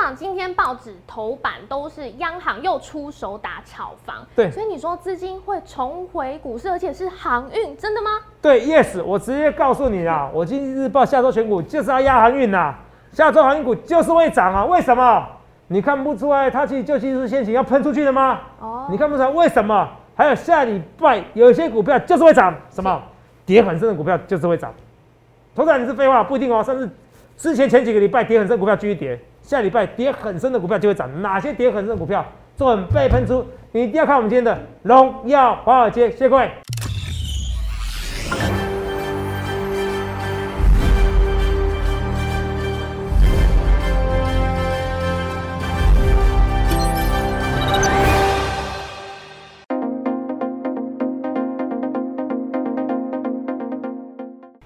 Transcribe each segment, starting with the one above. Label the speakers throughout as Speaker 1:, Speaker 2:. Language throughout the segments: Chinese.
Speaker 1: 想今天报纸头版都是央行又出手打炒房，
Speaker 2: 对
Speaker 1: 所以你说资金会重回股市，而且是航运，真的吗？
Speaker 2: 对，yes，我直接告诉你啦，我经济日报下周选股就是要压航运啦，下周航运股就是会涨啊，为什么？你看不出来它其实就技术先行要喷出去的吗？
Speaker 1: 哦
Speaker 2: 你看不出来为什么？还有下礼拜有一些股票就是会涨，什么跌很深的股票就是会涨。头仔，你是废话不一定哦，甚至之前前几个礼拜跌很深的股票继续跌，下礼拜跌很深的股票就会涨。哪些跌很深的股票准备喷出？你一定要看我们今天的荣耀华尔街，谢谢各位。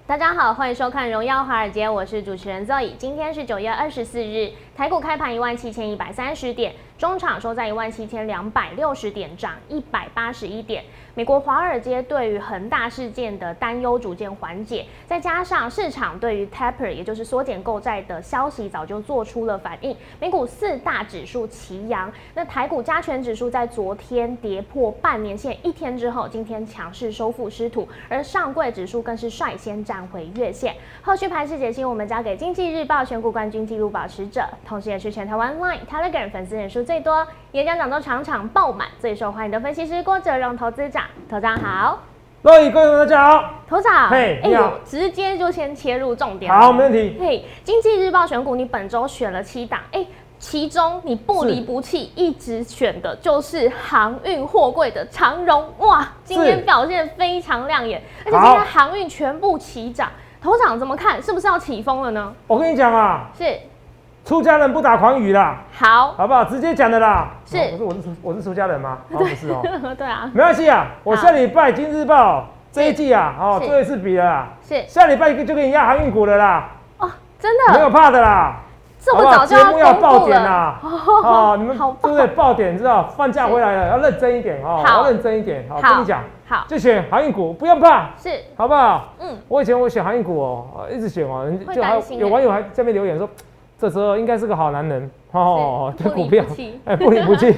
Speaker 1: 大家好，欢迎收看《荣耀华尔街》，我是主持人 Zoe。今天是九月二十四日，台股开盘一万七千一百三十点，中场收在一万七千两百六十点，涨一百八十一点。美国华尔街对于恒大事件的担忧逐渐缓解，再加上市场对于 taper 也就是缩减购债的消息早就做出了反应，美股四大指数齐扬。那台股加权指数在昨天跌破半年线一天之后，今天强势收复失土，而上柜指数更是率先站回月线。后续盘势解析，我们交给经济日报选股冠军纪录保持者，同时也是全台湾 Line、Telegram 粉丝人数最多、演讲讲座场场爆满、最受欢迎的分析师郭哲荣投资长。头长好，
Speaker 2: 各位观众大家好。
Speaker 1: 头长，哎
Speaker 2: 嘿你好
Speaker 1: 呦，直接就先切入重点。
Speaker 2: 好，没问题。
Speaker 1: 嘿，经济日报选股，你本周选了七档，哎、其中你不离不弃，一直选的就是航运货柜的长荣，哇，今天表现非常亮眼，而且今天
Speaker 2: 好
Speaker 1: 航运全部齐涨，头场怎么看？是不是要起风了呢？
Speaker 2: 我跟你讲啊，
Speaker 1: 是，
Speaker 2: 出家人不打诳语啦，
Speaker 1: 好，
Speaker 2: 好不好？直接讲的啦。
Speaker 1: 是
Speaker 2: 哦不是我是出我是出家人吗？哦，不是哦，
Speaker 1: 对啊，
Speaker 2: 没关系啊。我
Speaker 1: 好
Speaker 2: 下礼拜《今日报》这一季啊，哦，
Speaker 1: 是
Speaker 2: 最后一次比了啦，
Speaker 1: 是，
Speaker 2: 下礼拜就跟你压航运股了啦，
Speaker 1: 哦，真
Speaker 2: 没有
Speaker 1: 的，
Speaker 2: 怕的啦。
Speaker 1: 这
Speaker 2: 好
Speaker 1: 么
Speaker 2: 不
Speaker 1: 早
Speaker 2: 好
Speaker 1: 就
Speaker 2: 节目要
Speaker 1: 公
Speaker 2: 爆
Speaker 1: 布
Speaker 2: 点啊
Speaker 1: 了
Speaker 2: 啦，
Speaker 1: 哦，
Speaker 2: 你们
Speaker 1: 好
Speaker 2: 对不对？爆点知道，放假回来了要认真一点哦，
Speaker 1: 好
Speaker 2: 要认真一点。好，跟你讲，
Speaker 1: 好，
Speaker 2: 就选航运股，不用怕，
Speaker 1: 是，
Speaker 2: 好不好？
Speaker 1: 嗯，
Speaker 2: 我以前我选航运股哦，呃一直选哦，人
Speaker 1: 会
Speaker 2: 就还
Speaker 1: 担心
Speaker 2: 有
Speaker 1: 欸
Speaker 2: 网友还在下面留言说，这时候应该是个好男人哦，
Speaker 1: 是
Speaker 2: 对
Speaker 1: 不离
Speaker 2: 股票
Speaker 1: 不弃，
Speaker 2: 哎不离不弃，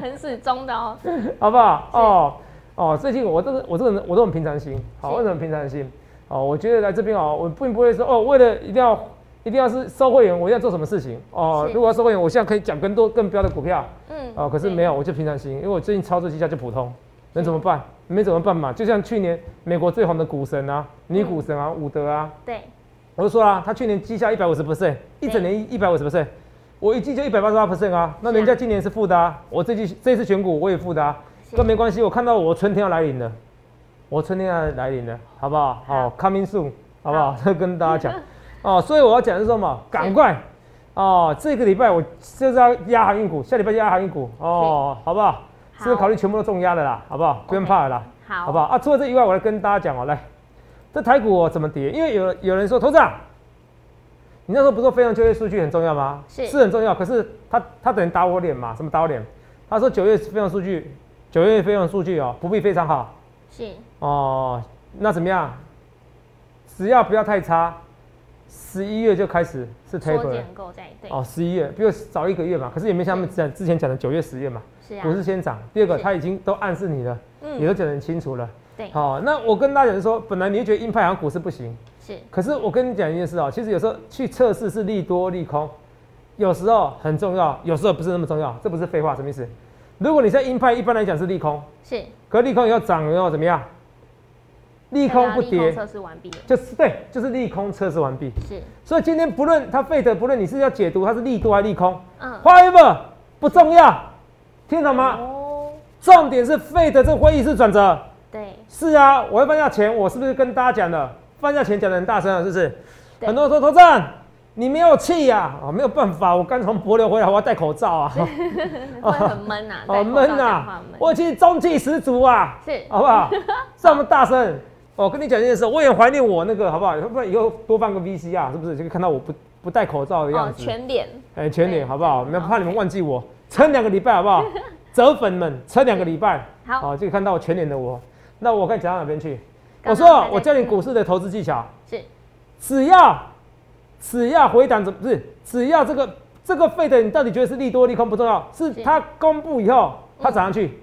Speaker 1: 很始终的哦，
Speaker 2: 好不好？哦哦，最近我这个我这个人我都很平常心，好，
Speaker 1: 是
Speaker 2: 我很平常心？哦，我觉得来这边哦，我并不会说哦，为了一定要一定要是收会员，我一定要做什么事情哦
Speaker 1: 是。
Speaker 2: 如果要收会员，我现在可以讲更多更标的股票
Speaker 1: 嗯，
Speaker 2: 哦，可是
Speaker 1: 对
Speaker 2: 没有，我就平常心，因为我最近操作绩效就普通，能怎么办？没怎么办嘛，就像去年美国最红的股神啊，女股神啊，伍德啊，
Speaker 1: 对，
Speaker 2: 我就说啦、他去年绩效一百五十 percent，一整年一百五十 percent，我一季就一百八十八 percent 啊，那
Speaker 1: 是啊
Speaker 2: 人家今年是负的啊，我这季这次选股我也负的啊，
Speaker 1: 是
Speaker 2: 跟没关系，我看到我春天要来临了，我春天要来临了，好不好？
Speaker 1: 好
Speaker 2: 好、c o m i n g soon，好不好？
Speaker 1: 好
Speaker 2: 这跟大家讲，哦，所以我要讲的是什么？赶快，哦，这个礼拜我就是要压航运股，下礼拜就压航运股，哦，好不好？
Speaker 1: 好
Speaker 2: 是不是考虑全部都重压的啦？好不好？不用
Speaker 1: OK
Speaker 2: 怕了啦。
Speaker 1: 好，
Speaker 2: 好不好？啊？除了这以外，我来跟大家讲哦，来，这台股、哦、怎么跌？因为有有人说，头长，你那时候不是说非农就业数据很重要吗？
Speaker 1: 是
Speaker 2: 很重要，可是他他等于打我脸嘛？什么打我脸？他说九月非农数据，九月非农数据哦，不必非常好
Speaker 1: 是，
Speaker 2: 哦，那怎么样？只要不要太差，十一月就开始是
Speaker 1: 缩
Speaker 2: taper 了
Speaker 1: 减购债，对，
Speaker 2: 哦，十一月比我早一个月嘛，可是也没像他们讲之前讲的九月十月嘛，
Speaker 1: 是啊
Speaker 2: 股，市先涨。第二个，
Speaker 1: 是
Speaker 2: 他已经都暗示你了，
Speaker 1: 嗯，
Speaker 2: 也都讲得很清楚了。
Speaker 1: 对，
Speaker 2: 好、哦那我跟大家讲说，本来你会觉得鹰派好像股市不行，
Speaker 1: 是，
Speaker 2: 可是我跟你讲一件事哦，其实有时候去测试是利多利空，有时候很重要，有时候不是那么重要，这不是废话，什么意思？如果你在鹰派，一般来讲是利空，
Speaker 1: 是。
Speaker 2: 可是利空以后涨了以后怎么样？利空不
Speaker 1: 对啊利
Speaker 2: 跌
Speaker 1: 空，测试完毕了，
Speaker 2: 就是对，就是利空测试完毕。
Speaker 1: 是，
Speaker 2: 所以今天不论它费德，不论你是要解读它是利多还是利空
Speaker 1: 嗯，
Speaker 2: ，however 不重要，听懂吗？
Speaker 1: 哦，
Speaker 2: 重点是费德这会议是转折。
Speaker 1: 对，
Speaker 2: 是啊，我要放假前，我是不是跟大家讲了？放假前讲的很大声啊了，是不是？
Speaker 1: 对
Speaker 2: 很多人说头战，你没有气呀、啊？哦，没有办法，我刚从柏流回来，我要戴口 罩啊，
Speaker 1: 会很闷 呐，
Speaker 2: 好
Speaker 1: 戴口罩
Speaker 2: 闷
Speaker 1: 讲话
Speaker 2: 啊
Speaker 1: 很！闷
Speaker 2: 我其实中气十足啊，
Speaker 1: 是
Speaker 2: 好 不好？这么大声，我跟你讲一件事，我也怀念我那个，好不好？要不然以后多放个 VCR，是不是就可以看到我不不戴口罩的样
Speaker 1: 哦，
Speaker 2: 子？
Speaker 1: 全脸
Speaker 2: 哎、全
Speaker 1: 对
Speaker 2: 脸好不好？
Speaker 1: 对
Speaker 2: 没有怕你们忘记我，撑两个礼拜好 不好？折粉们撑两个礼拜，
Speaker 1: 好
Speaker 2: 哦，就看到全脸的我。那我该讲到哪边去？
Speaker 1: 刚刚还
Speaker 2: 我说
Speaker 1: 在
Speaker 2: 我教你股市的投资技巧，
Speaker 1: 是
Speaker 2: 只要只要回档怎不是？只要这个这个费的你到底觉得是利多利空不重要，是
Speaker 1: 是嗯
Speaker 2: 它公布以后它涨上去，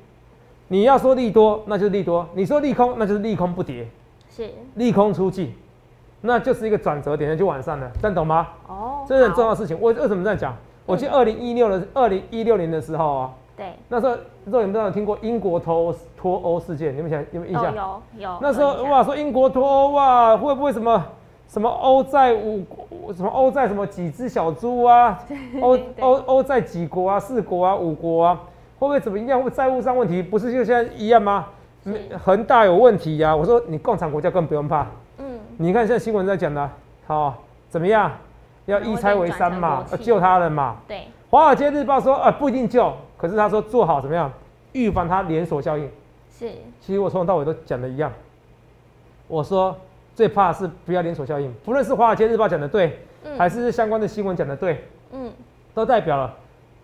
Speaker 2: 你要说利多那就是利多，你说利空那就是利空不跌，
Speaker 1: 是
Speaker 2: 利空出尽，那就是一个转折点，那就晚上了，这样懂吗？
Speaker 1: 哦，
Speaker 2: 这是很
Speaker 1: 好
Speaker 2: 重要的事情。我为什么这样讲？我记得二零一六的二零一六年的时候啊，
Speaker 1: 对，
Speaker 2: 那时候不知道你们有没有听过英国脱欧脱欧事件？你们想有没有印象？
Speaker 1: 哦有有
Speaker 2: 那时
Speaker 1: 有
Speaker 2: 候
Speaker 1: 印象
Speaker 2: 哇，说英国脱欧哇，会不会什么什么欧债五五什么欧债什么几只小猪啊，欧欧欧债几国啊，四国啊，五国啊，会不会怎么样？会不会债务上问题不是就现在一样吗？
Speaker 1: 是
Speaker 2: 没恒大有问题呀、我说你共产国家更不用怕，
Speaker 1: 嗯
Speaker 2: 你看现在新闻在讲的啊，好、怎么样？要一拆为三嘛，
Speaker 1: 转成国
Speaker 2: 呃
Speaker 1: 企
Speaker 2: 救他人嘛。
Speaker 1: 对
Speaker 2: 华尔街日报说，呃，不一定救，可是他说做好怎么样，预防它连锁效应。
Speaker 1: 是
Speaker 2: 其实我从头到尾都讲的一样。我说最怕的是不要连锁效应，不论是华尔街日报讲的对，
Speaker 1: 嗯
Speaker 2: 还是相关的新闻讲的对，
Speaker 1: 嗯
Speaker 2: 都代表了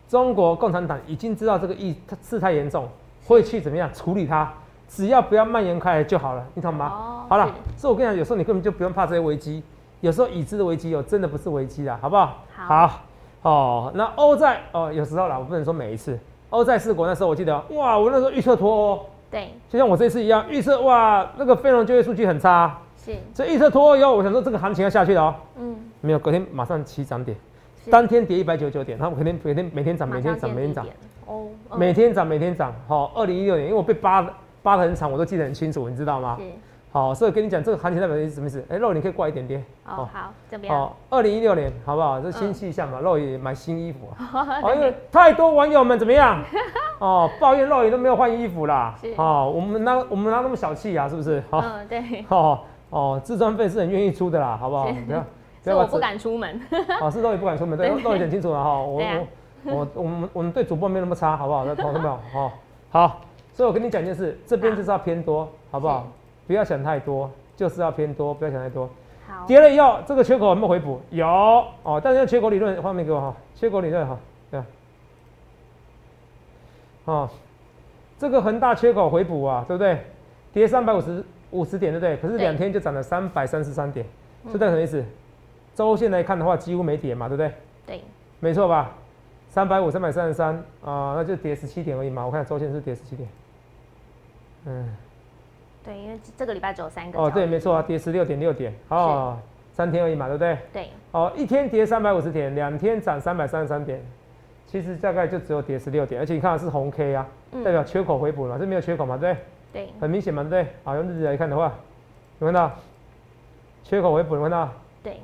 Speaker 2: 中国共产党已经知道这个疫事态严重，会去怎么样处理它，只要不要蔓延开来就好了，你懂吗
Speaker 1: 哦？
Speaker 2: 好了，所以我跟你讲，有时候你根本就不用怕这些危机，有时候已知的危机哦，真的不是危机啦，好不好？
Speaker 1: 好
Speaker 2: 好哦，那欧债哦，有时候啦，我不能说每一次，欧债四国那时候我记得，哇，我那时候预测脱欧。
Speaker 1: 对
Speaker 2: 就像我这次一样，预测哇，那个非农就业数据很差，
Speaker 1: 是
Speaker 2: 所以预测脱欧以后，我想说这个行情要下去了哦，
Speaker 1: 嗯
Speaker 2: 没有，隔天马上起涨点，
Speaker 1: 是
Speaker 2: 当天跌一百九十九点，然后隔天每天每天涨，每
Speaker 1: 马
Speaker 2: 天
Speaker 1: 上
Speaker 2: 涨，
Speaker 1: 见低
Speaker 2: 每天涨，
Speaker 1: 点哦，嗯
Speaker 2: 每天涨，每天涨。好，二零一六年，因为我被扒得扒的很惨，我都记得很清楚，你知道吗？
Speaker 1: 是
Speaker 2: 好，所以跟你讲这个行情代表是什么意思？哎，肉你可以挂一点点。
Speaker 1: 哦好这边
Speaker 2: 好，二零一六年好不好？这新气象嘛，肉也买新衣服啊。哦，因
Speaker 1: 嗯 哦
Speaker 2: 为太多网友们怎么样？ 哦，抱怨肉眼都没有换衣服啦
Speaker 1: 是。
Speaker 2: 哦，我们哪我们哪那么小气啊？是不是？好、哦，
Speaker 1: 嗯对，
Speaker 2: 哦哦，自装费是很愿意出的啦，好不好
Speaker 1: 是？
Speaker 2: 不要
Speaker 1: 是我
Speaker 2: 把
Speaker 1: 不
Speaker 2: 自
Speaker 1: 敢出 门，
Speaker 2: 哦，是肉眼不敢出门，对，
Speaker 1: 对
Speaker 2: 肉眼讲清楚了哈、我
Speaker 1: 对啊
Speaker 2: 我我我们我们对主播没那么差，好不好？那同学们，哦，好，所以我跟你讲一件事，这边就是要偏多，好不好
Speaker 1: 是？
Speaker 2: 不要想太多，就是要偏多，不要想太多。
Speaker 1: 好
Speaker 2: 跌了以后，这个缺口有没有回补？有哦，但是要缺口理论画面给我哈，缺口理论哈，对啊，哦，这个恒大缺口回补啊，对不对？跌三百五十五十点，对不对？可
Speaker 1: 对
Speaker 2: 是两天就涨了三百三十三点，这代表什么意思？周线来看的话，几乎没跌嘛，对不对？
Speaker 1: 对
Speaker 2: 没错吧？三百五、三百三十三啊，那就跌十七点而已嘛。我看周线是跌十七点，嗯，
Speaker 1: 对，因为这个礼拜只有三个
Speaker 2: 哦，
Speaker 1: 交
Speaker 2: 对，
Speaker 1: 易
Speaker 2: 没错啊，跌十六点六点，哦，三天而已嘛，对不对？
Speaker 1: 对
Speaker 2: 哦，一天跌三百五十点，两天涨三百三十三点，其实大概就只有跌十六点，而且你看是红 K 啊，
Speaker 1: 嗯
Speaker 2: 代表缺口回补了，这没有缺口嘛，对不对，
Speaker 1: 对
Speaker 2: 很明显嘛，对不对？好，用日子来看的话，有看到缺口回补，有看到
Speaker 1: 对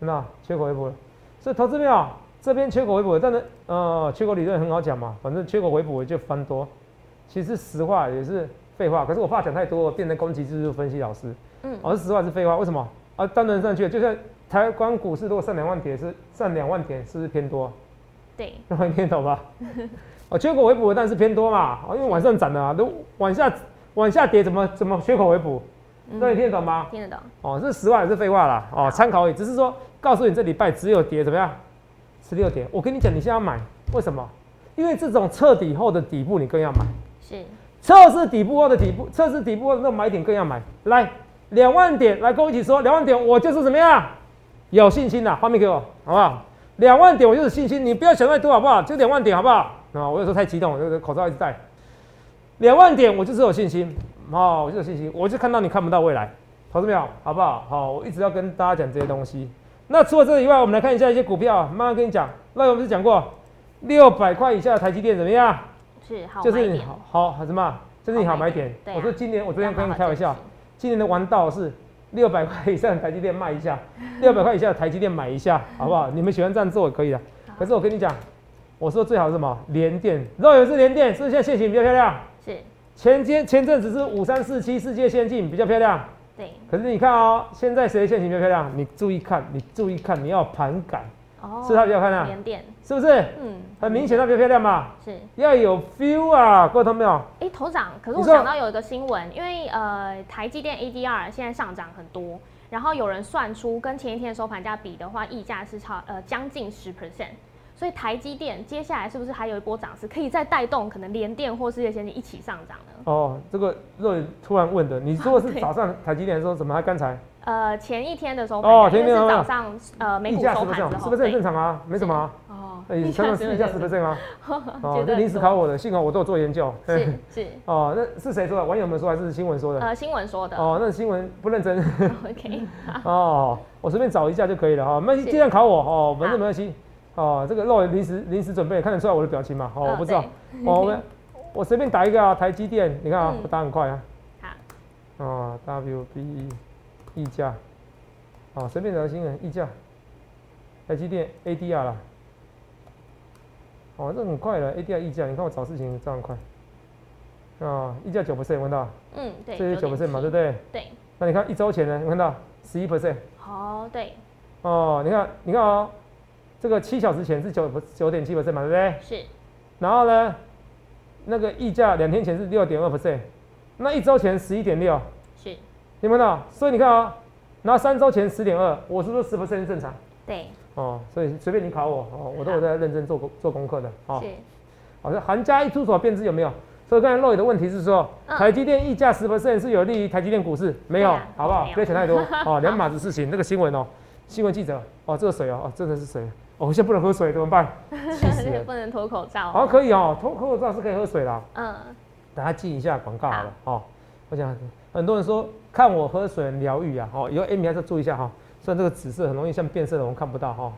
Speaker 2: 看到缺口回补了，所以投资没有这边缺口回补了，但是呃，缺口理论很好讲嘛，反正缺口回补就翻多，其实实话也是废话，可是我怕讲太多，变成攻击技术分析老师。
Speaker 1: 嗯
Speaker 2: 我、哦、是实话是废话，为什么？啊，单轮上去，就像台湾股市如果上两万点是上两万点，是不是偏多？
Speaker 1: 对
Speaker 2: 让我念懂吧？哦，缺口回补，但是偏多嘛，哦，因为往上涨的啊，都往下往下跌，怎么怎么缺口回补？那你听得懂吗？
Speaker 1: 听得懂
Speaker 2: 哦，这实话也是废话啦，哦，参考而已，只是说告诉你这礼拜只有跌怎么样？十六点，我跟你讲，你现在要买，为什么？因为这种彻底后的底部你更要买。
Speaker 1: 是
Speaker 2: 测试底部后的底部，测试底部后的那买点更要买。来，两万点，来跟我一起说，两万点我就是怎么样，有信心啦，画面给我，好不好？两万点我就是信心，你不要想太多，好不好？就两万点，好不好？啊，我有时候太激动，我这个口罩一直戴。两万点我就是有信心，哦，我就有信心，我就看到你看不到未来，投资没有，好不好？好、我一直要跟大家讲这些东西。那除了这个以外，我们来看一下一些股票，慢慢跟你讲。那我们是讲过，六百块以下的台积电怎么样？
Speaker 1: 是好
Speaker 2: 就是
Speaker 1: 买
Speaker 2: 你
Speaker 1: 点
Speaker 2: 好好好什么？就是你好买点。
Speaker 1: 对啊
Speaker 2: 我说今年我昨天
Speaker 1: 要好
Speaker 2: 跟
Speaker 1: 好
Speaker 2: 你开玩
Speaker 1: 珍
Speaker 2: 笑
Speaker 1: 惜，
Speaker 2: 今年的玩道是六百块以上的台积电卖一下，六百块以下的台积电买一下，好不好？你们喜欢这样做也可以的。可是我跟你讲，我说最好是什么？联电，肉有是联电，是不是现在现形比较漂亮？
Speaker 1: 是
Speaker 2: 前天前阵子是五三四七世界先进比较漂亮，
Speaker 1: 对
Speaker 2: 可是你看哦，现在谁的现形比较漂亮？你注意看，你注意看，你要有盘感，
Speaker 1: 哦
Speaker 2: 是它啊比较漂亮，
Speaker 1: 连电
Speaker 2: 是不是？
Speaker 1: 嗯
Speaker 2: 很明显它比较漂亮嘛，
Speaker 1: 是。
Speaker 2: 要有 feel 啊，各位同没有？
Speaker 1: 哎，头长，可是
Speaker 2: 你
Speaker 1: 我
Speaker 2: 知道
Speaker 1: 想到有一个新闻，因为呃，台积电 ADR 现在上涨很多，然后有人算出跟前一天的收盘价比的话，溢价是超呃将近十 percent，所以台积电接下来是不是还有一波涨势，可以再带动可能联电或世界先进一起上涨呢？
Speaker 2: 哦，这个肉眼突然问的，你说的是
Speaker 1: 啊对
Speaker 2: 早上台积电说什么？他刚才
Speaker 1: 呃前一天的时候
Speaker 2: 哦
Speaker 1: 买的，因
Speaker 2: 前一
Speaker 1: 为
Speaker 2: 天
Speaker 1: 是
Speaker 2: 的时
Speaker 1: 早
Speaker 2: 候
Speaker 1: 上呃美
Speaker 2: 溢
Speaker 1: 股
Speaker 2: 价
Speaker 1: 收
Speaker 2: 十 p
Speaker 1: 盘
Speaker 2: e
Speaker 1: 之
Speaker 2: r
Speaker 1: 后，
Speaker 2: 是不是很正常啊？没什么啊。
Speaker 1: 对哦，
Speaker 2: 哎，
Speaker 1: 溢价
Speaker 2: 三十溢价十
Speaker 1: 10%，
Speaker 2: percent 啊。 哦，
Speaker 1: 觉
Speaker 2: 这
Speaker 1: 得
Speaker 2: 临时考我的，幸好我都有做研究。
Speaker 1: 是是
Speaker 2: 哦，那是谁说的？网友们说还是新闻说的？
Speaker 1: 呃新闻说的
Speaker 2: 哦，那新闻不认真
Speaker 1: ，OK，
Speaker 2: 哦，我随便找一下就可以了哈。没
Speaker 1: 是
Speaker 2: 尽量考我哦，反
Speaker 1: 好
Speaker 2: 正没关系。哦，这个肉临时临时准备，看得出来我的表情嘛？哦，
Speaker 1: 嗯
Speaker 2: 我不知道
Speaker 1: 对。
Speaker 2: 哦，我我随便打一个啊，台积电，你看啊
Speaker 1: 嗯，
Speaker 2: 我打很快啊。
Speaker 1: 好，
Speaker 2: 哦，WB 溢价，哦，随便找个新闻溢价，台积电 ADR 啦，哦，这很快了，ADR 溢价，你看我找事情这样快，哦，溢价九 percent，看到，
Speaker 1: 嗯对，
Speaker 2: 这是九 percent 嘛，对
Speaker 1: 9.7
Speaker 2: 不对？
Speaker 1: 对，
Speaker 2: 那你看一周前呢，你看到十一 percent，
Speaker 1: 好对
Speaker 2: 哦，你看，你看哦，这个七小时前是九九点七 percent 嘛，对不对？
Speaker 1: 是
Speaker 2: 然后呢，那个溢价两天前是六点二 percent，那一周前十一点六。
Speaker 1: 是，
Speaker 2: 有没有看到？所以你看啊、然后三周前十点二，我是说十 percent 正常
Speaker 1: 对
Speaker 2: 哦，所以随便你考我哦，我都有在认真做功做功课的哦。
Speaker 1: 啊是
Speaker 2: 好像韩家一出手便知有没有？所以刚才漏雨的问题是说，
Speaker 1: 嗯
Speaker 2: 台积电溢价十 percent 是有利于台积电股市，没有，
Speaker 1: 对啊
Speaker 2: 好不好
Speaker 1: 没？有
Speaker 2: 不要 想太多哦，两码子事情。那个新闻哦，新闻记者哦，这个水哦，哦真的是水哦，我现在不能喝水怎 么办？气死人！
Speaker 1: 不能脱口罩，
Speaker 2: 啊好像可以哦，脱口罩是可以喝水啦，
Speaker 1: 嗯
Speaker 2: 大家记一下广告好了哦。我想很多人说看我喝水很疗愈啊，哦，以后 Amy 还是要注意一下哈、虽然这个紫色很容易像变色龙看不到 哈、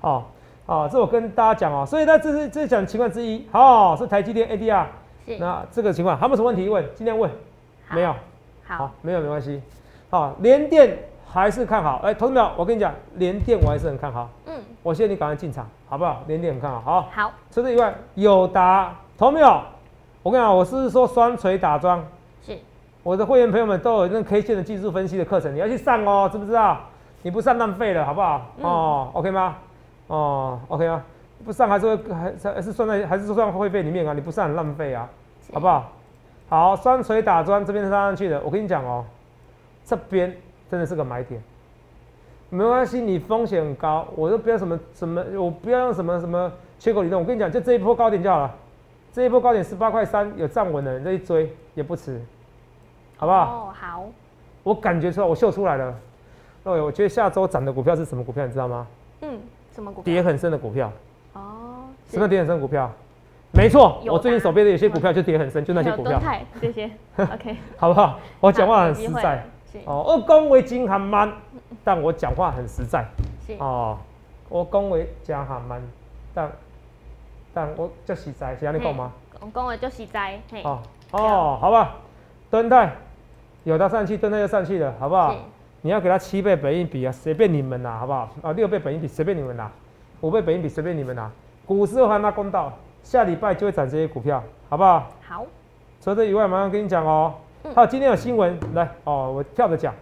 Speaker 2: 哦。哦，这我跟大家讲哦，所以呢，这是这是讲情况之一，哦，是台积电 ADR，
Speaker 1: 是
Speaker 2: 那这个情况还有没有什么问题问？尽量问，
Speaker 1: 好
Speaker 2: 没有，
Speaker 1: 好
Speaker 2: 没有没关系，好、联电还是看好，哎、同志们，我跟你讲，联电我还是很看好，
Speaker 1: 嗯
Speaker 2: 我希望你赶快进场，好不好？联电很看好，好。
Speaker 1: 好
Speaker 2: 除此以外，友达，同没有？我跟你讲，我是说双锤打桩，
Speaker 1: 是
Speaker 2: 我的会员朋友们都有那个 K 线的技术分析的课程，你要去上哦，知不知道？你不上浪费了，好不好？
Speaker 1: 嗯
Speaker 2: 哦，OK 吗？哦，OK 吗？不上还是会还是还是算在还是算会费里面啊？你不上很浪费啊，
Speaker 1: 是
Speaker 2: 好不好？好，双锤打桩这边上上去的，我跟你讲哦，这边真的是个买点。没关系，你风险很高，我都不要什么什么，我不要用什么什么缺口理论。我跟你讲，就这一波高点就好了，这一波高点十八块三有站稳了，你再去追也不迟，好不好？
Speaker 1: 哦好
Speaker 2: 我感觉出来，我秀出来了。那我觉得下周涨的股票是什么股票，你知道吗？
Speaker 1: 嗯什么股票
Speaker 2: 跌很深的股票，
Speaker 1: 哦
Speaker 2: 什么叫跌很深的股票？没错，
Speaker 1: 有
Speaker 2: 我最近
Speaker 1: 啊
Speaker 2: 手边的有些股票就跌很深，就那些
Speaker 1: 有
Speaker 2: 股
Speaker 1: 敦
Speaker 2: 票，
Speaker 1: 泰这些 OK，
Speaker 2: 好不好？我讲话很实
Speaker 1: 好
Speaker 2: 在。，
Speaker 1: 有机会了
Speaker 2: 哦，二公为金寒蛮，但我讲话很实在。
Speaker 1: 是是
Speaker 2: 哦，我讲话真含慢，但但我足实在，是安尼讲吗？
Speaker 1: 我讲的就是在嘿
Speaker 2: 哦
Speaker 1: 对
Speaker 2: 哦
Speaker 1: 啊，
Speaker 2: 好吧，蹲泰有它上去，蹲泰就上去了，好不好
Speaker 1: 是？
Speaker 2: 你要给它七倍本益比啊，随便你们啦，好不好？啊，六倍本益比随便你们啦，五倍本益比随便你们啦。股市会还它公道，下礼拜就会涨这些股票，好不好？
Speaker 1: 好
Speaker 2: 除了这以外，马上跟你讲哦
Speaker 1: 嗯。
Speaker 2: 还有今天有新闻来哦，我跳着讲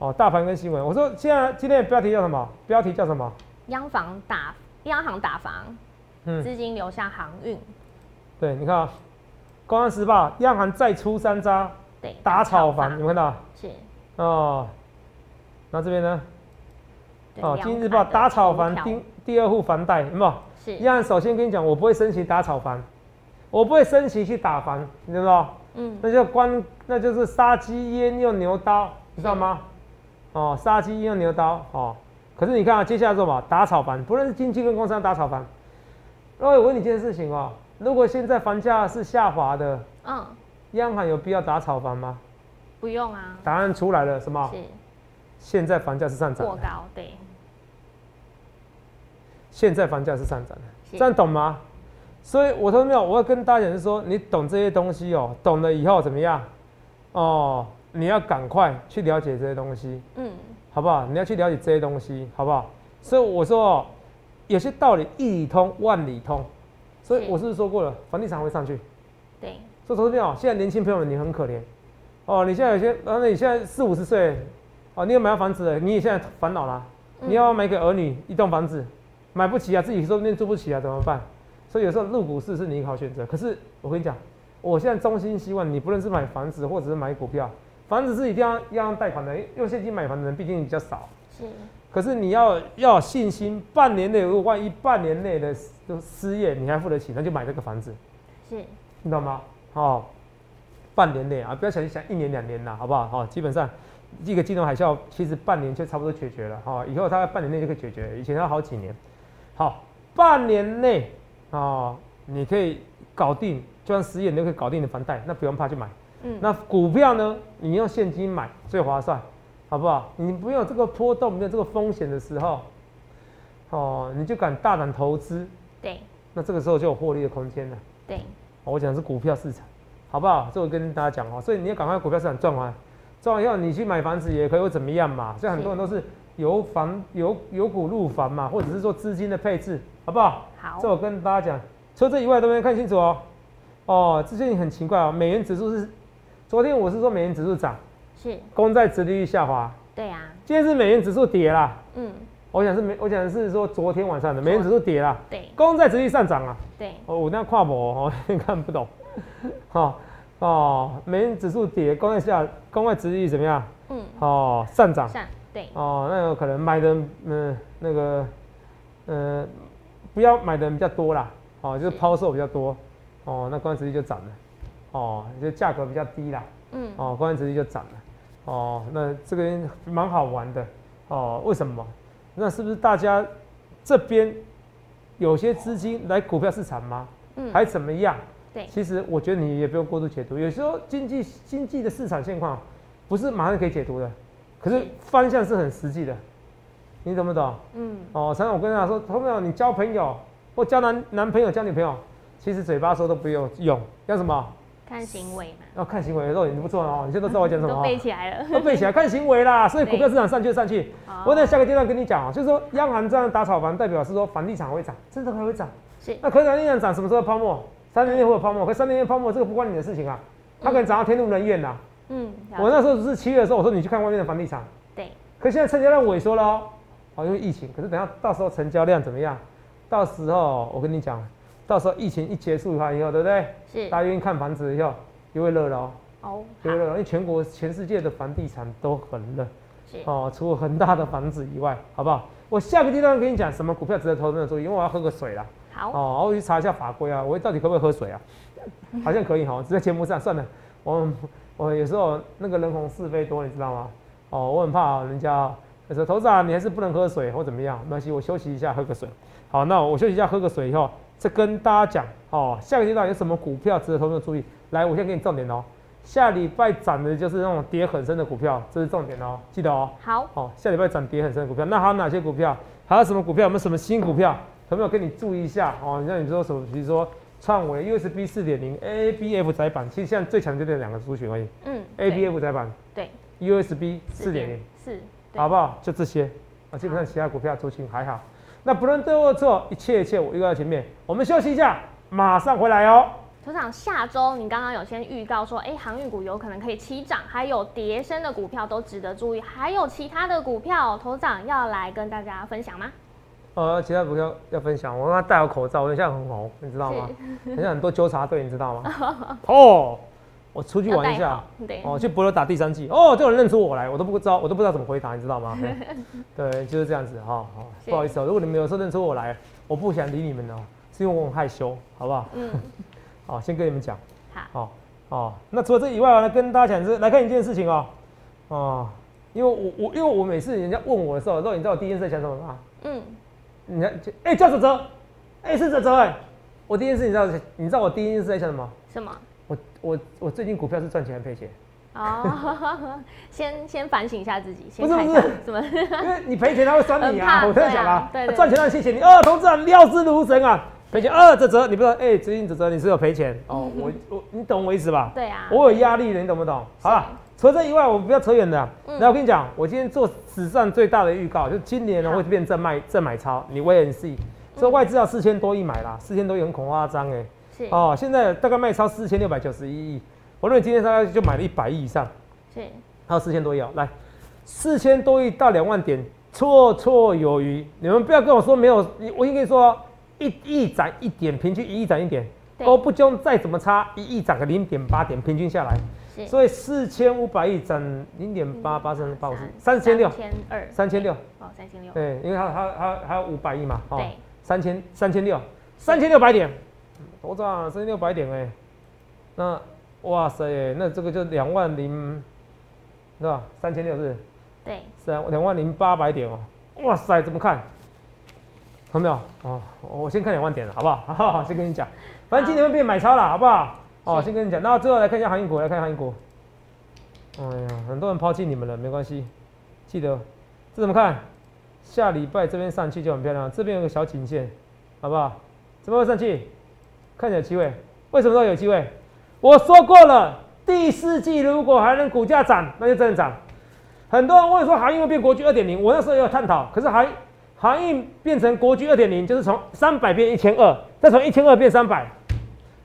Speaker 2: 哦，大盘跟新闻。我说现在今天的标题叫什么？标题叫什么？
Speaker 1: 央房打央行打房，
Speaker 2: 嗯，
Speaker 1: 资金流向航运，
Speaker 2: 对，你看啊，《公安时报》央行再出三招
Speaker 1: 对
Speaker 2: 打炒房，有
Speaker 1: 房
Speaker 2: 没有看到？
Speaker 1: 是
Speaker 2: 哦，那这边呢？
Speaker 1: 对
Speaker 2: 哦，《
Speaker 1: 两
Speaker 2: 经济日
Speaker 1: 款
Speaker 2: 报》
Speaker 1: 的
Speaker 2: 打炒房
Speaker 1: 头条
Speaker 2: 第第二户房贷，有没有？
Speaker 1: 是
Speaker 2: 央行首先跟你讲，我不会升息打炒房，我不会升息去打房，你知道吗？
Speaker 1: 嗯
Speaker 2: 那就关，那就是杀鸡焉用牛刀，你知道吗？哦，杀鸡焉用牛刀，哦。可是你看啊，接下来做什么？打炒房，不论是经济跟工商打炒房。那我问你一件事情哦，如果现在房价是下滑的，
Speaker 1: 嗯
Speaker 2: 央行有必要打炒房吗？
Speaker 1: 不用啊
Speaker 2: 答案出来了，什么？
Speaker 1: 是
Speaker 2: 现在房价是上涨
Speaker 1: 过
Speaker 2: 的，
Speaker 1: 高对
Speaker 2: 现在房价是上涨的，
Speaker 1: 是
Speaker 2: 这样懂吗？所以我说没有，我要跟大家讲是说，你懂这些东西哦，懂了以后怎么样？哦，你要赶快去了解这些东西。
Speaker 1: 嗯
Speaker 2: 好不好？你要去了解这些东西，好不好？所以我说、哦，有些道理一理通万里通，所以
Speaker 1: 是
Speaker 2: 我是不是说过了，房地产会上去。
Speaker 1: 对
Speaker 2: 所以投资朋友，现在年轻朋友们你很可怜哦，你现在有些，呃，那你现在四五十岁，哦，你有买到房子了，你也现在烦恼啦，
Speaker 1: 嗯
Speaker 2: 你要买给儿女一栋房子，买不起啊，自己说不定住不起啊，怎么办？所以有时候入股市是你一个好选择。可是我跟你讲，我现在衷心希望你，不论是买房子或者是买股票，房子是一定要要用贷款的，用现金买房的人毕竟比较少。
Speaker 1: 是
Speaker 2: 可是你要要有信心，半年内如果万一半年内的失失业，你还付得起，那就买这个房子，
Speaker 1: 是
Speaker 2: 你懂吗？哦，半年内啊，不要想想一年两年啦，好不好？好、基本上一个金融海啸，其实半年就差不多解决了哈、以后大概半年内就可以解决，以前要好几年。好，半年内哦，你可以搞定，就算失业你都可以搞定你的房贷，那不用怕去买。
Speaker 1: 嗯，
Speaker 2: 那股票呢？你用现金买最划算，好不好？你不用这个波动，没有这个风险的时候，哦，你就敢大胆投资，
Speaker 1: 对
Speaker 2: 那这个时候就有获利的空间了。
Speaker 1: 对，
Speaker 2: 哦我讲的是股票市场，好不好？这我跟大家讲哦，所以你要赶快股票市场赚完，赚完以后你去买房子也可以，或怎么样嘛？所以很多人都是由房由由股入房嘛，或者是做资金的配置，好不好？
Speaker 1: 好
Speaker 2: 这，我跟大家讲，除了这以外，都没看清楚哦。哦，这最近很奇怪哦，美元指数是昨天我是说美元指数涨，
Speaker 1: 是，
Speaker 2: 公债殖利率下滑，
Speaker 1: 对啊，
Speaker 2: 今天是美元指数跌啦。
Speaker 1: 嗯，
Speaker 2: 我想是美，我想是说昨天晚上的美元指数跌啦，
Speaker 1: 对
Speaker 2: 公债殖利率上涨啊。
Speaker 1: 对，
Speaker 2: 哦，我那跨模哦， 看不懂。哦哦，美元指数跌，公债下，公债殖利率怎么样？
Speaker 1: 嗯，
Speaker 2: 哦，上涨。
Speaker 1: 上，对
Speaker 2: 哦，那有可能买的嗯、那个呃不要买的人比较多啦，哦就是
Speaker 1: 是
Speaker 2: 抛售比较多，哦那关子率就涨了，哦就价格比较低啦，
Speaker 1: 嗯，
Speaker 2: 哦关子率就涨了，哦那这个蛮好玩的，哦为什么？那是不是大家这边有些资金来股票市场吗？
Speaker 1: 嗯，
Speaker 2: 还怎么样？
Speaker 1: 对
Speaker 2: 其实我觉得你也不用过度解读。有时候经济经济的市场现况不是马上可以解读的，可是
Speaker 1: 是
Speaker 2: 方向是很实际的，你懂不懂？
Speaker 1: 嗯，
Speaker 2: 哦，常常我跟大家说，朋友，你交朋友或交男男朋友、交女朋友，其实嘴巴说都不用用，要什么？
Speaker 1: 看行为嘛，
Speaker 2: 要看行为，肉眼睛不错哦。你现在都知道我讲什 么
Speaker 1: 都
Speaker 2: 哦，
Speaker 1: 背起来 了，
Speaker 2: 都背起来，看行为啦。所以
Speaker 1: 对
Speaker 2: 股票市场上去就上去。
Speaker 1: 哦
Speaker 2: 我在下个阶段跟你讲哦，就是说央行这样打炒房，代表是说房地产会涨，真的还会涨。
Speaker 1: 是，
Speaker 2: 那可能你想涨什么时候泡沫？三年内会有泡沫，可是三年内泡沫这个不关你的事情啊，它可能涨到天怒人怨啦、
Speaker 1: 嗯，了
Speaker 2: 我
Speaker 1: 解
Speaker 2: 那时候是七月的时候，我说你去看外面的房地产，
Speaker 1: 对，
Speaker 2: 可现在成交量萎缩了哦，哦，因为疫情。可是等下到时候成交量怎么样？到时候我跟你讲，到时候疫情一结束完以后，对不对？
Speaker 1: 是
Speaker 2: 大，家愿意看房子以后，又会热了哦，
Speaker 1: 哦，
Speaker 2: 又
Speaker 1: 好
Speaker 2: 会，热了，因为全国全世界的房地产都很热。
Speaker 1: 是，
Speaker 2: 哦，除了恒大的房子以外，好不好？我下个阶段跟你讲什么股票值得投资的注意，因为我要喝个水啦。
Speaker 1: 好，
Speaker 2: 哦，我去查一下法规啊，我到底可不可以喝水啊？好像可以哈，只在节目上算了。我我有时候那个人红是非多，你知道吗？哦，我很怕人家有时候头长你还是不能喝水或怎么样，没关系，我休息一下喝个水。好，那我休息一下喝个水以后，再跟大家讲哦，下个阶段有什么股票值得投资的注意。来，我先给你重点哦。下礼拜涨的就是那种跌很深的股票，这是重点哦，记得哦。
Speaker 1: 好，
Speaker 2: 哦，下礼拜涨跌很深的股票，那还有哪些股票？还有什么股票？有没有什么新股票？有没有跟你注意一下？哦，像你说什么，比如说创维 USB 四点零、ABF 窄板，其实现在最强就这两个族群而已
Speaker 1: 嗯对
Speaker 2: ，ABF 窄板、
Speaker 1: 对，
Speaker 2: USB 四点零，
Speaker 1: 四，对
Speaker 2: 好不好？就这些啊，基本上其他股票族群还好。那不论对或错，一切一切我预告在前面，我们休息一下，马上回来哦。
Speaker 1: 头场下周你刚刚有先预告说，哎、航运股有可能可以起涨，还有叠升的股票都值得注意，还有其他的股票，头场要来跟大家分享吗？
Speaker 2: 呃，其他股票要分享，我让他戴好口罩，我现在很红，你知道吗？很像很多纠察队，你知道吗？ 哦，我出去
Speaker 1: 要
Speaker 2: 玩
Speaker 1: 带
Speaker 2: 一下
Speaker 1: 好，，对，
Speaker 2: 哦，去博罗打第三季，哦，就有人认出我来，我都不知道，我都不知道怎么回答，你知道 吗？嘿对，就是这样子哈、好
Speaker 1: 是
Speaker 2: 不好意思哦，如果你们有时候认出我来，我不想理你们哦，是因为我很害羞，好不好？
Speaker 1: 嗯，
Speaker 2: 好，先跟你们讲，
Speaker 1: 好，
Speaker 2: 哦哦，那除了这以外、啊，来跟大家讲是来看一件事情哦，哦，因为我我因为我每次人家问我的时候，肉，你知道我第一件事在想什么吗？
Speaker 1: 嗯，
Speaker 2: 你看，就哎、叫哲哲，哎、是哲哲哎、我第一件事你知道，你知道我第一件事在想什么？
Speaker 1: 什么？
Speaker 2: 我我我最近股票是赚钱还是赔 钱？
Speaker 1: 哦，先先反省一下自己，先
Speaker 2: 不是
Speaker 1: 看一
Speaker 2: 不
Speaker 1: 下
Speaker 2: 是
Speaker 1: 怎么，
Speaker 2: 因为你赔钱他会酸
Speaker 1: 很
Speaker 2: 你啊，
Speaker 1: 怕
Speaker 2: 我在想啊
Speaker 1: 对啊对，对
Speaker 2: 赚钱让谢谢你，哦，同志啊，料之如神啊，赔钱，哦，哲哲，你不知道，哎、最近哲哲你是有赔钱哦，我我你懂我意思吧？
Speaker 1: 嗯 对啊，
Speaker 2: 我有压力的，你懂不懂？好了，除了这以外，我们不要扯远了。
Speaker 1: 嗯
Speaker 2: 那、我跟你讲，我今天做史上最大的预告，就今年呢
Speaker 1: 好嗯
Speaker 2: 会变正卖正买超，你 wait and see。这外资要四千多亿买啦，四千多亿很恐慌张哎、
Speaker 1: 是
Speaker 2: 哦，现在大概卖超四千六百九十一亿，我认为今天大概就买了一百亿以上，
Speaker 1: 是，
Speaker 2: 还有四千多亿哦。来，四千多亿到两万点，绰绰有余。你们不要跟我说没有，你我已经跟你说哦，一亿涨一点，平均一亿涨一点，
Speaker 1: 对
Speaker 2: 都不中再怎么差，一亿涨个零点八点，平均下来，
Speaker 1: 是
Speaker 2: 所以四千五百亿涨零点八八，三八五三千六
Speaker 1: 三，千二，
Speaker 2: 三千六，
Speaker 1: 哦，三千六，
Speaker 2: 对，因为它它它还有五百亿嘛，哦
Speaker 1: 对，
Speaker 2: 三千三千六，三千六百点，多少啊？三千六百点哎、那哇塞、那这个就两万零是吧？三千六是不是
Speaker 1: 对，
Speaker 2: 是啊，两万零八百点哦，哇塞，怎么看？看到没有？哦，我先看两万点了，好不好？好 好，先跟你讲，反正今年会变买超了，好不好？哦，
Speaker 1: 是
Speaker 2: 先跟你讲，那最后来看一下航运股，来看航运股。哎呀，很多人抛弃你们了，没关系，记得哦这怎么看？下礼拜这边上去就很漂亮，这边有个小颈线，好不好？怎么会上去？看起来有机会，为什么说有机会？我说过了，第四季如果还能股价涨，那就真的涨。很多人问说航运会变国巨二点零，我那时候也有探讨，可是航航运变成国巨二点零，就是从三百变一千二，再从一千二变三百。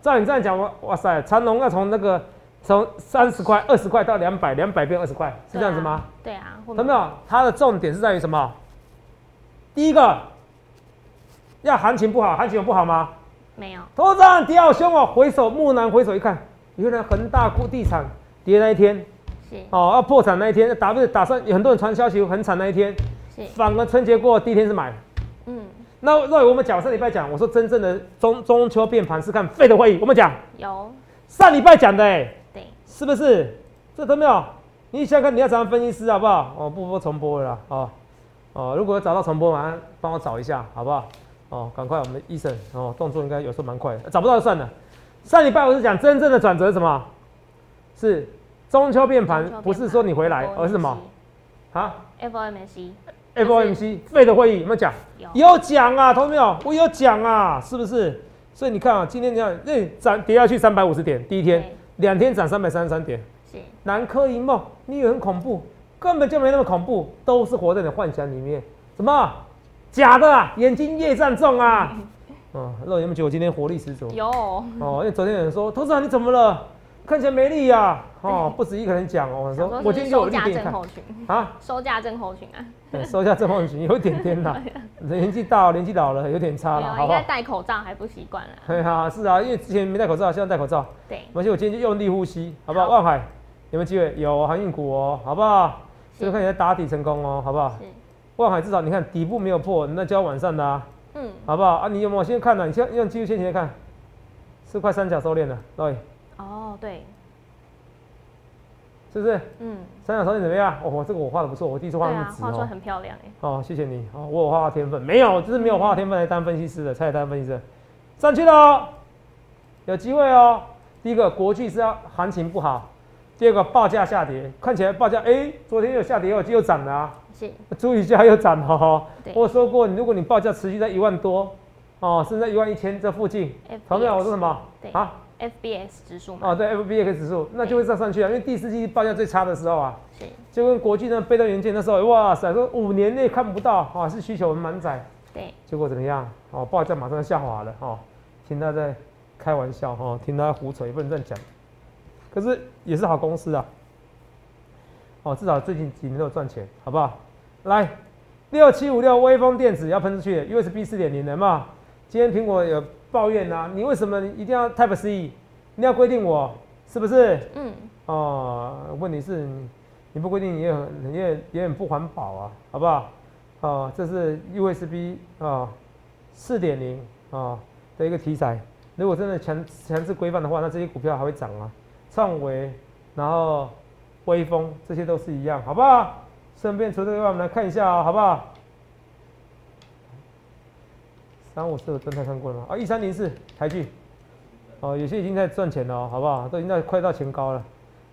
Speaker 2: 照你这样讲，哇哇塞，长隆要从那个从三十块、二十块到两百，两百变二十块，是这样子吗？
Speaker 1: 对啊？对啊，
Speaker 2: 有没有？它的哦重点是在于什么？第一个，要行情不好，行情有不好吗？
Speaker 1: 没有？
Speaker 2: 头涨跌好凶哦，回首木南回首一看，原来恒大固地产跌那一天，
Speaker 1: 是
Speaker 2: 哦，要破产那一天，打不是打算有很多人传消息很惨那一天，
Speaker 1: 是，
Speaker 2: 反而春节过后第一天是买。
Speaker 1: 嗯，
Speaker 2: 那那我们讲上礼拜讲，我说真正的中中秋变盘是看费的会议，我们讲
Speaker 1: 有，
Speaker 2: 上礼拜讲的、哎，
Speaker 1: 对，
Speaker 2: 是不是？这都没有，你想想看你要找分析师好不好？哦，不播重播了啦，哦哦，如果有找到重播，马上帮我找一下好不好？哦，赶快我们的医生哦，动作应该有时候蛮快的，找不到就算了。上礼拜我是讲真正的转折是什么？是中秋变盘
Speaker 1: 中秋，变
Speaker 2: 不是说你回来，
Speaker 1: 盘
Speaker 2: 而是什么？啊？
Speaker 1: ？FOMC
Speaker 2: FOMC 费的会议有没有讲？
Speaker 1: 有
Speaker 2: 有讲啊，同没有？我有讲啊，是不是？所以你看啊，今天你看，那涨跌下去三百五十点，第一天
Speaker 1: 对，
Speaker 2: 两天涨三百三十三点，
Speaker 1: 是
Speaker 2: 南柯一梦，你以为很恐怖，根本就没那么恐怖，都是活在你的幻想里面。什么假的、啊？眼睛越战重 啊！哦，肉眼们觉得我今天活力十足？
Speaker 1: 有，
Speaker 2: 哦，因为昨天有人说，头长你怎么了？看起来没力啊！哦，不止一个人讲哦，我
Speaker 1: 想
Speaker 2: 说
Speaker 1: 是不
Speaker 2: 我今
Speaker 1: 是
Speaker 2: 天就有
Speaker 1: 收
Speaker 2: 力
Speaker 1: 价
Speaker 2: 给你
Speaker 1: 症
Speaker 2: 看
Speaker 1: 候群，
Speaker 2: 啊。
Speaker 1: 收价症候群啊，
Speaker 2: 嗯收一下这风景有一点 点啦，年纪大了，年纪老了，有点差
Speaker 1: 没
Speaker 2: 了，
Speaker 1: 有，
Speaker 2: 好
Speaker 1: 应
Speaker 2: 不好
Speaker 1: 该？戴口罩还不习惯啦。
Speaker 2: 对啊，是啊，因为之前没戴口罩，现在戴口罩，
Speaker 1: 对，
Speaker 2: 而且我今天就用力呼吸，好不好？
Speaker 1: 好
Speaker 2: 万海有没有机会？有航运股哦，好不好？
Speaker 1: 是
Speaker 2: 这个看起来打底成功哦，好不好？
Speaker 1: 是，
Speaker 2: 万海至少你看底部没有破，那就要晚上的、啊，
Speaker 1: 嗯，
Speaker 2: 好不好？啊，你有没有先看呢、你先用技术线型来看，是快三角收敛了，对，
Speaker 1: 哦，对，
Speaker 2: 是不是？
Speaker 1: 嗯，
Speaker 2: 三角收敛怎么样？哦，这个我画的不错，我第一次
Speaker 1: 对
Speaker 2: 画那
Speaker 1: 啊
Speaker 2: 么，直
Speaker 1: 话说
Speaker 2: 哦。
Speaker 1: 很漂亮哎，
Speaker 2: 哦，谢谢你。哦，我有画画天分，没有，就是没有画画天分来当分析师的，才来当分析师的。上去了哦，有机会哦。第一个，国巨是要行情不好；第二个，报价下跌，看起来报价哎、昨天又下跌，又又涨了啊，
Speaker 1: 是，
Speaker 2: 注意一下又涨了哦。
Speaker 1: 对
Speaker 2: 我说过，如果你报价持续在一万多，哦，甚至一万一千这附近，同没有？我说什么？
Speaker 1: 对
Speaker 2: 啊，
Speaker 1: FBS 指数嘛，
Speaker 2: 哦，对，FBX 指数，那就会再上去啊，因为第四季报价最差的时候啊。
Speaker 1: 是，
Speaker 2: 就跟国际那被动元件那时候，哇塞，说五年内看不到啊，是需求满载，
Speaker 1: 对，
Speaker 2: 结果怎么样？哦，报价马上下滑了哦，听他在开玩笑哦，听他胡扯，也不能这样讲。可是也是好公司啊，哦，至少最近几年都有赚钱，好不好？来，六七五六微风电子要喷出去了，USB 四点零了嘛？今天苹果有抱怨啊，你为什么一定要 Type C？你要规定我是不是？
Speaker 1: 嗯，
Speaker 2: 哦，问题是你你不规定也很也也很不环保啊，好不好？哦，这是 USB 啊四点零啊的一个题材，如果真的强强制规范的话，那这些股票还会涨啊，创维，然后微风这些都是一样，好不好？顺便除此之外，我们来看一下、啊，好不好？三五四我真的看过了吗？啊，一三零四台剧。哦，有些已经在赚钱了、哦，好不好？都已经在快到前高了，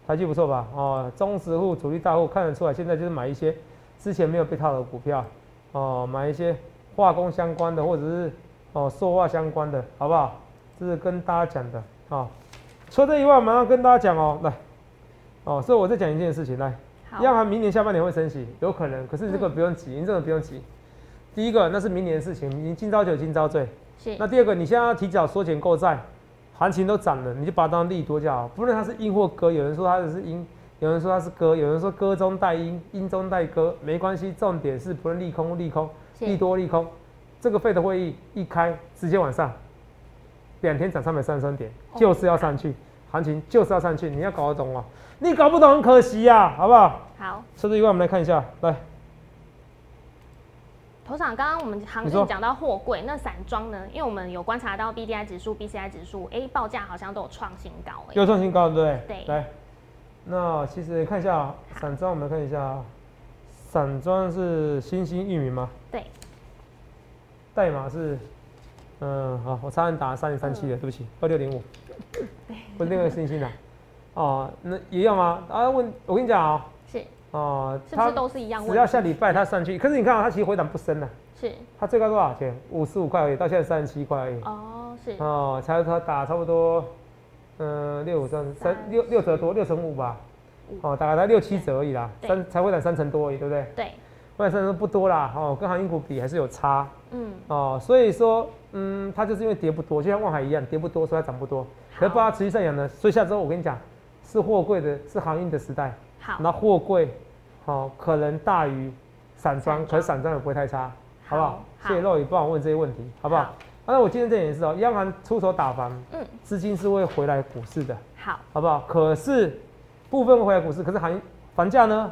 Speaker 2: 台积不错吧？哦，中实户、主力大户看得出来，现在就是买一些之前没有被套的股票，哦，买一些化工相关的，或者是哦塑化相关的，好不好？这是跟大家讲的哦。除了这以外，马上跟大家讲哦，来，哦，所以我再讲一件事情，来，
Speaker 1: 好，
Speaker 2: 央行明年下半年会升息，有可能，可是这个
Speaker 1: 嗯
Speaker 2: 不用急，你这个不用急。第一个，那是明年的事情，你今朝酒今朝醉。
Speaker 1: 是
Speaker 2: 那，第二个，你现在要提早缩减购债，行情都涨了，你就把它当利多就好。不论它是阴或鸽，有人说它是阴，有人说它是鸽，有人说鸽中带阴，阴中带鸽，没关系。重点是不论利空利空，
Speaker 1: 是
Speaker 2: 利多利空，这个费的会议一开，直接往上，两天涨三百三十三点，
Speaker 1: 哦
Speaker 2: 就是要上去，行情就是要上去，你要搞得懂哦。你搞不懂很可惜呀、好不好？
Speaker 1: 好，
Speaker 2: 除此以外，我们来看一下，来，
Speaker 1: 头场，刚刚我们行
Speaker 2: 你说
Speaker 1: 情讲到货柜，那散装呢？因为我们有观察到 B D I 指数、B C I 指数，哎、报价好像都有创新高、哎，
Speaker 2: 又创新高，对不对？
Speaker 1: 对
Speaker 2: 来，那其实看一下啊散装，我们来看一下啊，散装是星星玉米吗？
Speaker 1: 对，
Speaker 2: 代码是，嗯，好，我差点打三零三七了，
Speaker 1: 嗯
Speaker 2: 对不起，二六零 五，不是那个星星的、啊，哦，那一样吗？啊，问我跟你讲啊、
Speaker 1: 是
Speaker 2: 哦，
Speaker 1: 是不
Speaker 2: 他
Speaker 1: 是都是一样问题？
Speaker 2: 只要下礼拜他上去，可是你看啊，他其实回档不深呢、
Speaker 1: 是
Speaker 2: 他最高多少钱？五十五块而已，到现在三十七块而已，
Speaker 1: 哦，是
Speaker 2: 哦，才他打差不多，嗯，六五三三
Speaker 1: 三
Speaker 2: 六六折多，六乘五吧，哦，大概才六七折而已啦，
Speaker 1: 对
Speaker 2: 三才回档三成多而已，对不对？
Speaker 1: 对，
Speaker 2: 回档三成多不多啦，哦，跟航运股比还是有差。
Speaker 1: 嗯，
Speaker 2: 哦，所以说，嗯，它就是因为跌不多，就像望海一样，跌不多，所以它涨不多。可是不知道持续上扬呢，所以下周我跟你讲，是货柜的，是航运的时代。
Speaker 1: 好，
Speaker 2: 那货柜，哦，可能大于散装，
Speaker 1: 散装
Speaker 2: 可是散装也不会太差，好不好？
Speaker 1: 好
Speaker 2: 谢谢肉宇帮我问这些问题，好不好？
Speaker 1: 好
Speaker 2: 啊那我今天这点也是哦，央行出手打房，
Speaker 1: 嗯，
Speaker 2: 资金是会回来股市的，
Speaker 1: 好，
Speaker 2: 好不好？可是部分会回来股市，可是行房价呢，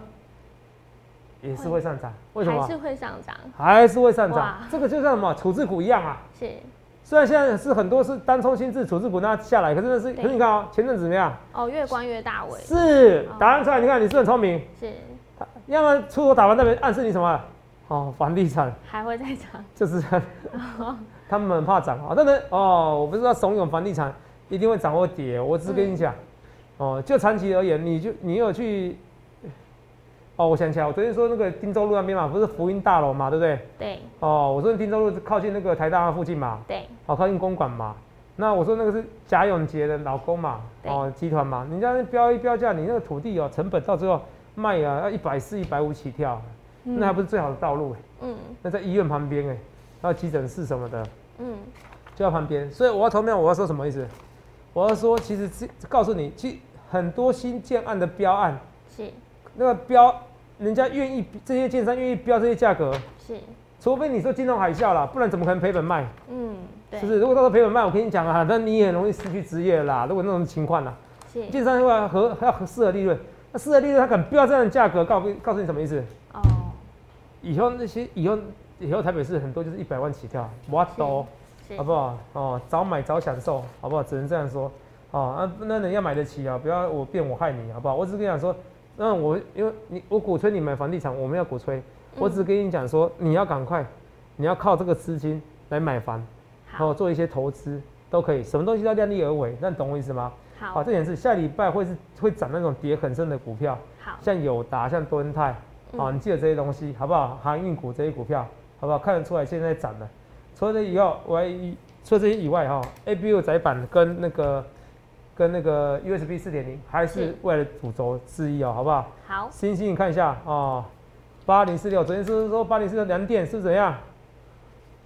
Speaker 2: 也是会上涨，为什么？
Speaker 1: 还是会上涨，
Speaker 2: 还是会上涨
Speaker 1: 哇。
Speaker 2: 这个就像什么处置股一样啊。
Speaker 1: 是
Speaker 2: 虽然现在是很多是单冲心智处置股，那下来，可是那是，
Speaker 1: 对
Speaker 2: 可是你看哦，前阵子怎么样？
Speaker 1: 哦，越关越大尾，
Speaker 2: 是
Speaker 1: 哦
Speaker 2: 答案出来，你看你是不是很聪明，
Speaker 1: 是
Speaker 2: 要么出手打完那边暗示你什么？哦，房地产
Speaker 1: 还会再涨，
Speaker 2: 就是，他们很怕涨啊。但是哦，我不是要怂恿房地产一定会涨或跌，我只是跟你讲，哦，就长期而言，你就你有去，哦，我想起来，我昨天说那个汀州路那边嘛，不是福音大楼嘛，对不对？
Speaker 1: 对
Speaker 2: 哦，我说汀州路靠近那个台大附近嘛，
Speaker 1: 对
Speaker 2: 哦，靠近公馆嘛。那我说那个是贾永杰的老公嘛，
Speaker 1: 对
Speaker 2: 哦，集团嘛，人家那标一标价，你那个土地哦，成本到最后卖啊，要一百四、一百五起跳，那还不是最好的道路、欸、
Speaker 1: 嗯
Speaker 2: 那在医院旁边哎、欸，还有急诊室什么的，
Speaker 1: 嗯，
Speaker 2: 就在旁边。所以我要投票，我要说什么意思？我要说，其实这告诉你，其实很多新建案的标案，
Speaker 1: 是
Speaker 2: 那个标，人家愿意这些建商愿意标这些价格，
Speaker 1: 是，
Speaker 2: 除非你说金融海啸啦，不然怎么可能赔本卖？
Speaker 1: 嗯，对，
Speaker 2: 是不是？如果到时候赔本卖，我跟你讲啊，那你也很容易失去职业啦。如果那种情况啊啦，
Speaker 1: 是
Speaker 2: 建商要合要合适的利润，那适合利润他敢标这样的价格，告诉告诉你什么意思？
Speaker 1: 哦，
Speaker 2: 以后那些以后以后台北市很多就是一百万起跳，我懂，
Speaker 1: 是
Speaker 2: 好不好？哦，早买早享受，好不好？只能这样说。哦，啊，那人要买得起啊，不要我变我害你，好不好？我只是跟你讲说，那我因为你我鼓吹你买房地产，我没有鼓吹，我只跟你讲说，你要赶快，你要靠这个资金来买房。然后
Speaker 1: 好，
Speaker 2: 哦做一些投资都可以，什么东西都要量力而为，那你懂我意思吗？
Speaker 1: 好，
Speaker 2: 这点是下礼拜会是会涨那种跌很深的股票，
Speaker 1: 好，嗯
Speaker 2: 像友达、像敦泰，啊，你记得这些东西好不好？航运股这些股票好不好？看得出来现在涨了。除了这以后，我还以除了这些以外哈，A B U 窄板跟那个跟那个 U S B 四点零还是
Speaker 1: 是
Speaker 2: 未来的主轴之一哦，好不好？
Speaker 1: 好，
Speaker 2: 星星，你看一下哦，八零四六，昨天是不是说八零四六两点是怎样？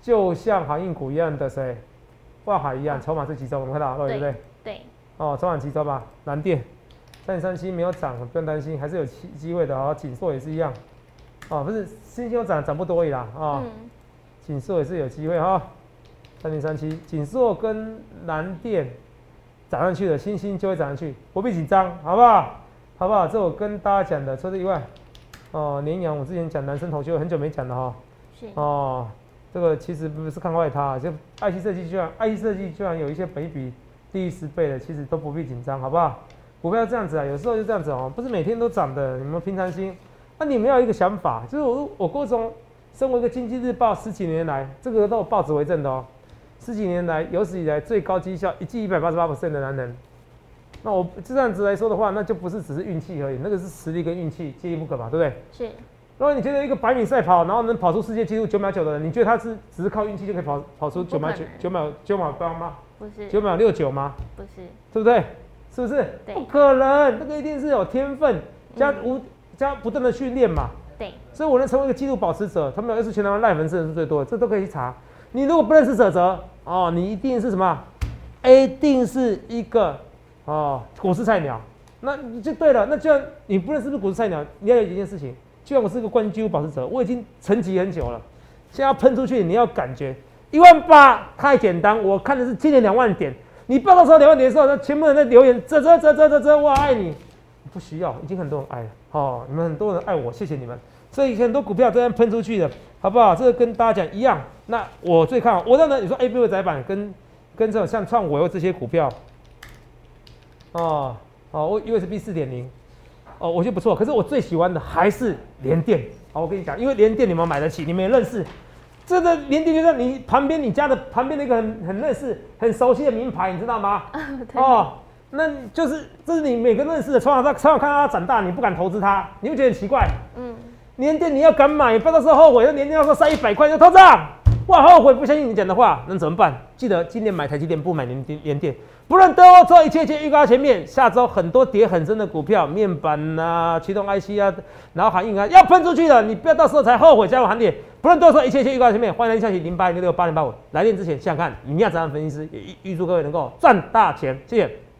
Speaker 2: 就像航运股一样的谁，万海一样，筹码是集中，我们看到对不对？
Speaker 1: 对，
Speaker 2: 哦，筹码集中吧，蓝电三三七没有涨，不用担心，还是有机机会的哦。锦硕也是一样，哦，不是星星有涨，涨不多而已啦，哦，
Speaker 1: 嗯，
Speaker 2: 锦硕也是有机会哈、三零三七，锦硕跟蓝电涨上去了，星星就会涨上去，不必紧张，好不好？好不好？这我跟大家讲的，除了以外，哦，羚羊我之前讲男生同学很久没讲了哈，
Speaker 1: 是
Speaker 2: 哦，这个其实不是看坏它，就爱惜设计居然爱惜设计居然有啊一些本益比低于十倍的，其实都不必紧张，好不好？股票这样子啊，有时候就这样子哦，不是每天都涨的，你们平常心。那、你们要有一个想法，就是我我郭总身为一个经济日报十几年来，这个都有报纸为证的哦，十几年来有史以来最高绩效一季一百八十八的男人。那我这样子来说的话，那就不是只是运气而已，那个是实力跟运气缺一不可嘛，对不对？
Speaker 1: 是，
Speaker 2: 如果你觉得一个百米赛跑，然后能跑出世界纪录九秒九的人，你觉得他是只是靠运气就可以跑跑出九
Speaker 1: 不可
Speaker 2: 秒
Speaker 1: 能
Speaker 2: 九九秒九秒八吗？
Speaker 1: 不是，
Speaker 2: 九秒六九吗？
Speaker 1: 不是，
Speaker 2: 对不对？是不是？
Speaker 1: 对
Speaker 2: 不可能，这个一定是有天分加
Speaker 1: 嗯
Speaker 2: 无、加不断的训练嘛。
Speaker 1: 对，
Speaker 2: 所以我能成为一个纪录保持者，他们又是全台湾赖粉丝人数最多的，这都可以去查。你如果不认识哲哲哦，你一定是什么？一定是一个哦股市菜鸟，那你就对了。那既然你不认识是股市菜鸟，你要有一件事情，既然我是个冠军纪录保持者，我已经沉寂很久了，现在要喷出去，你要感觉一万八太简单，我看的是今年两万点。你报到时候两万点的时候，那全部人在留言，哲哲哲哲哲哲，我爱你。不需要，已经很多人爱了。哦，你们很多人爱我，谢谢你们。所以很多股票都在喷出去的，好不好？这个跟大家讲一样。那我最看好，我认为你说 A B 的窄板跟跟这种像创维这些股票，哦哦，我 U S B 四点零，哦，我觉得不错。可是我最喜欢的还是联电。好，我跟你讲，因为联电你们买得起，你们也认识。这个联电就在你旁边，你家的旁边的一个很很认识、很熟悉的名牌，你知道吗？
Speaker 1: 对
Speaker 2: 哦，那就是这是你每个认识的，从小到从小看到他长大，你不敢投资它，你会觉得很奇怪。
Speaker 1: 嗯，
Speaker 2: 年店你要敢买，不要到时候后悔。那年店要说塞一百块就头账，哇，后悔不相信你讲的话，能怎么办？记得今年买台积电，不买联电。联电，不论德欧做一切，皆预告到前面。下周很多跌很深的股票，面板呐、驱动 IC 啊，然后航运啊，要喷出去了，你不要到时候才后悔加入行列。不论多少，一切皆预告到前面。欢迎来电消息零八零六六八零八五。来电之前想想看，你要怎样分析师？也预预祝各位能够赚大钱，谢谢。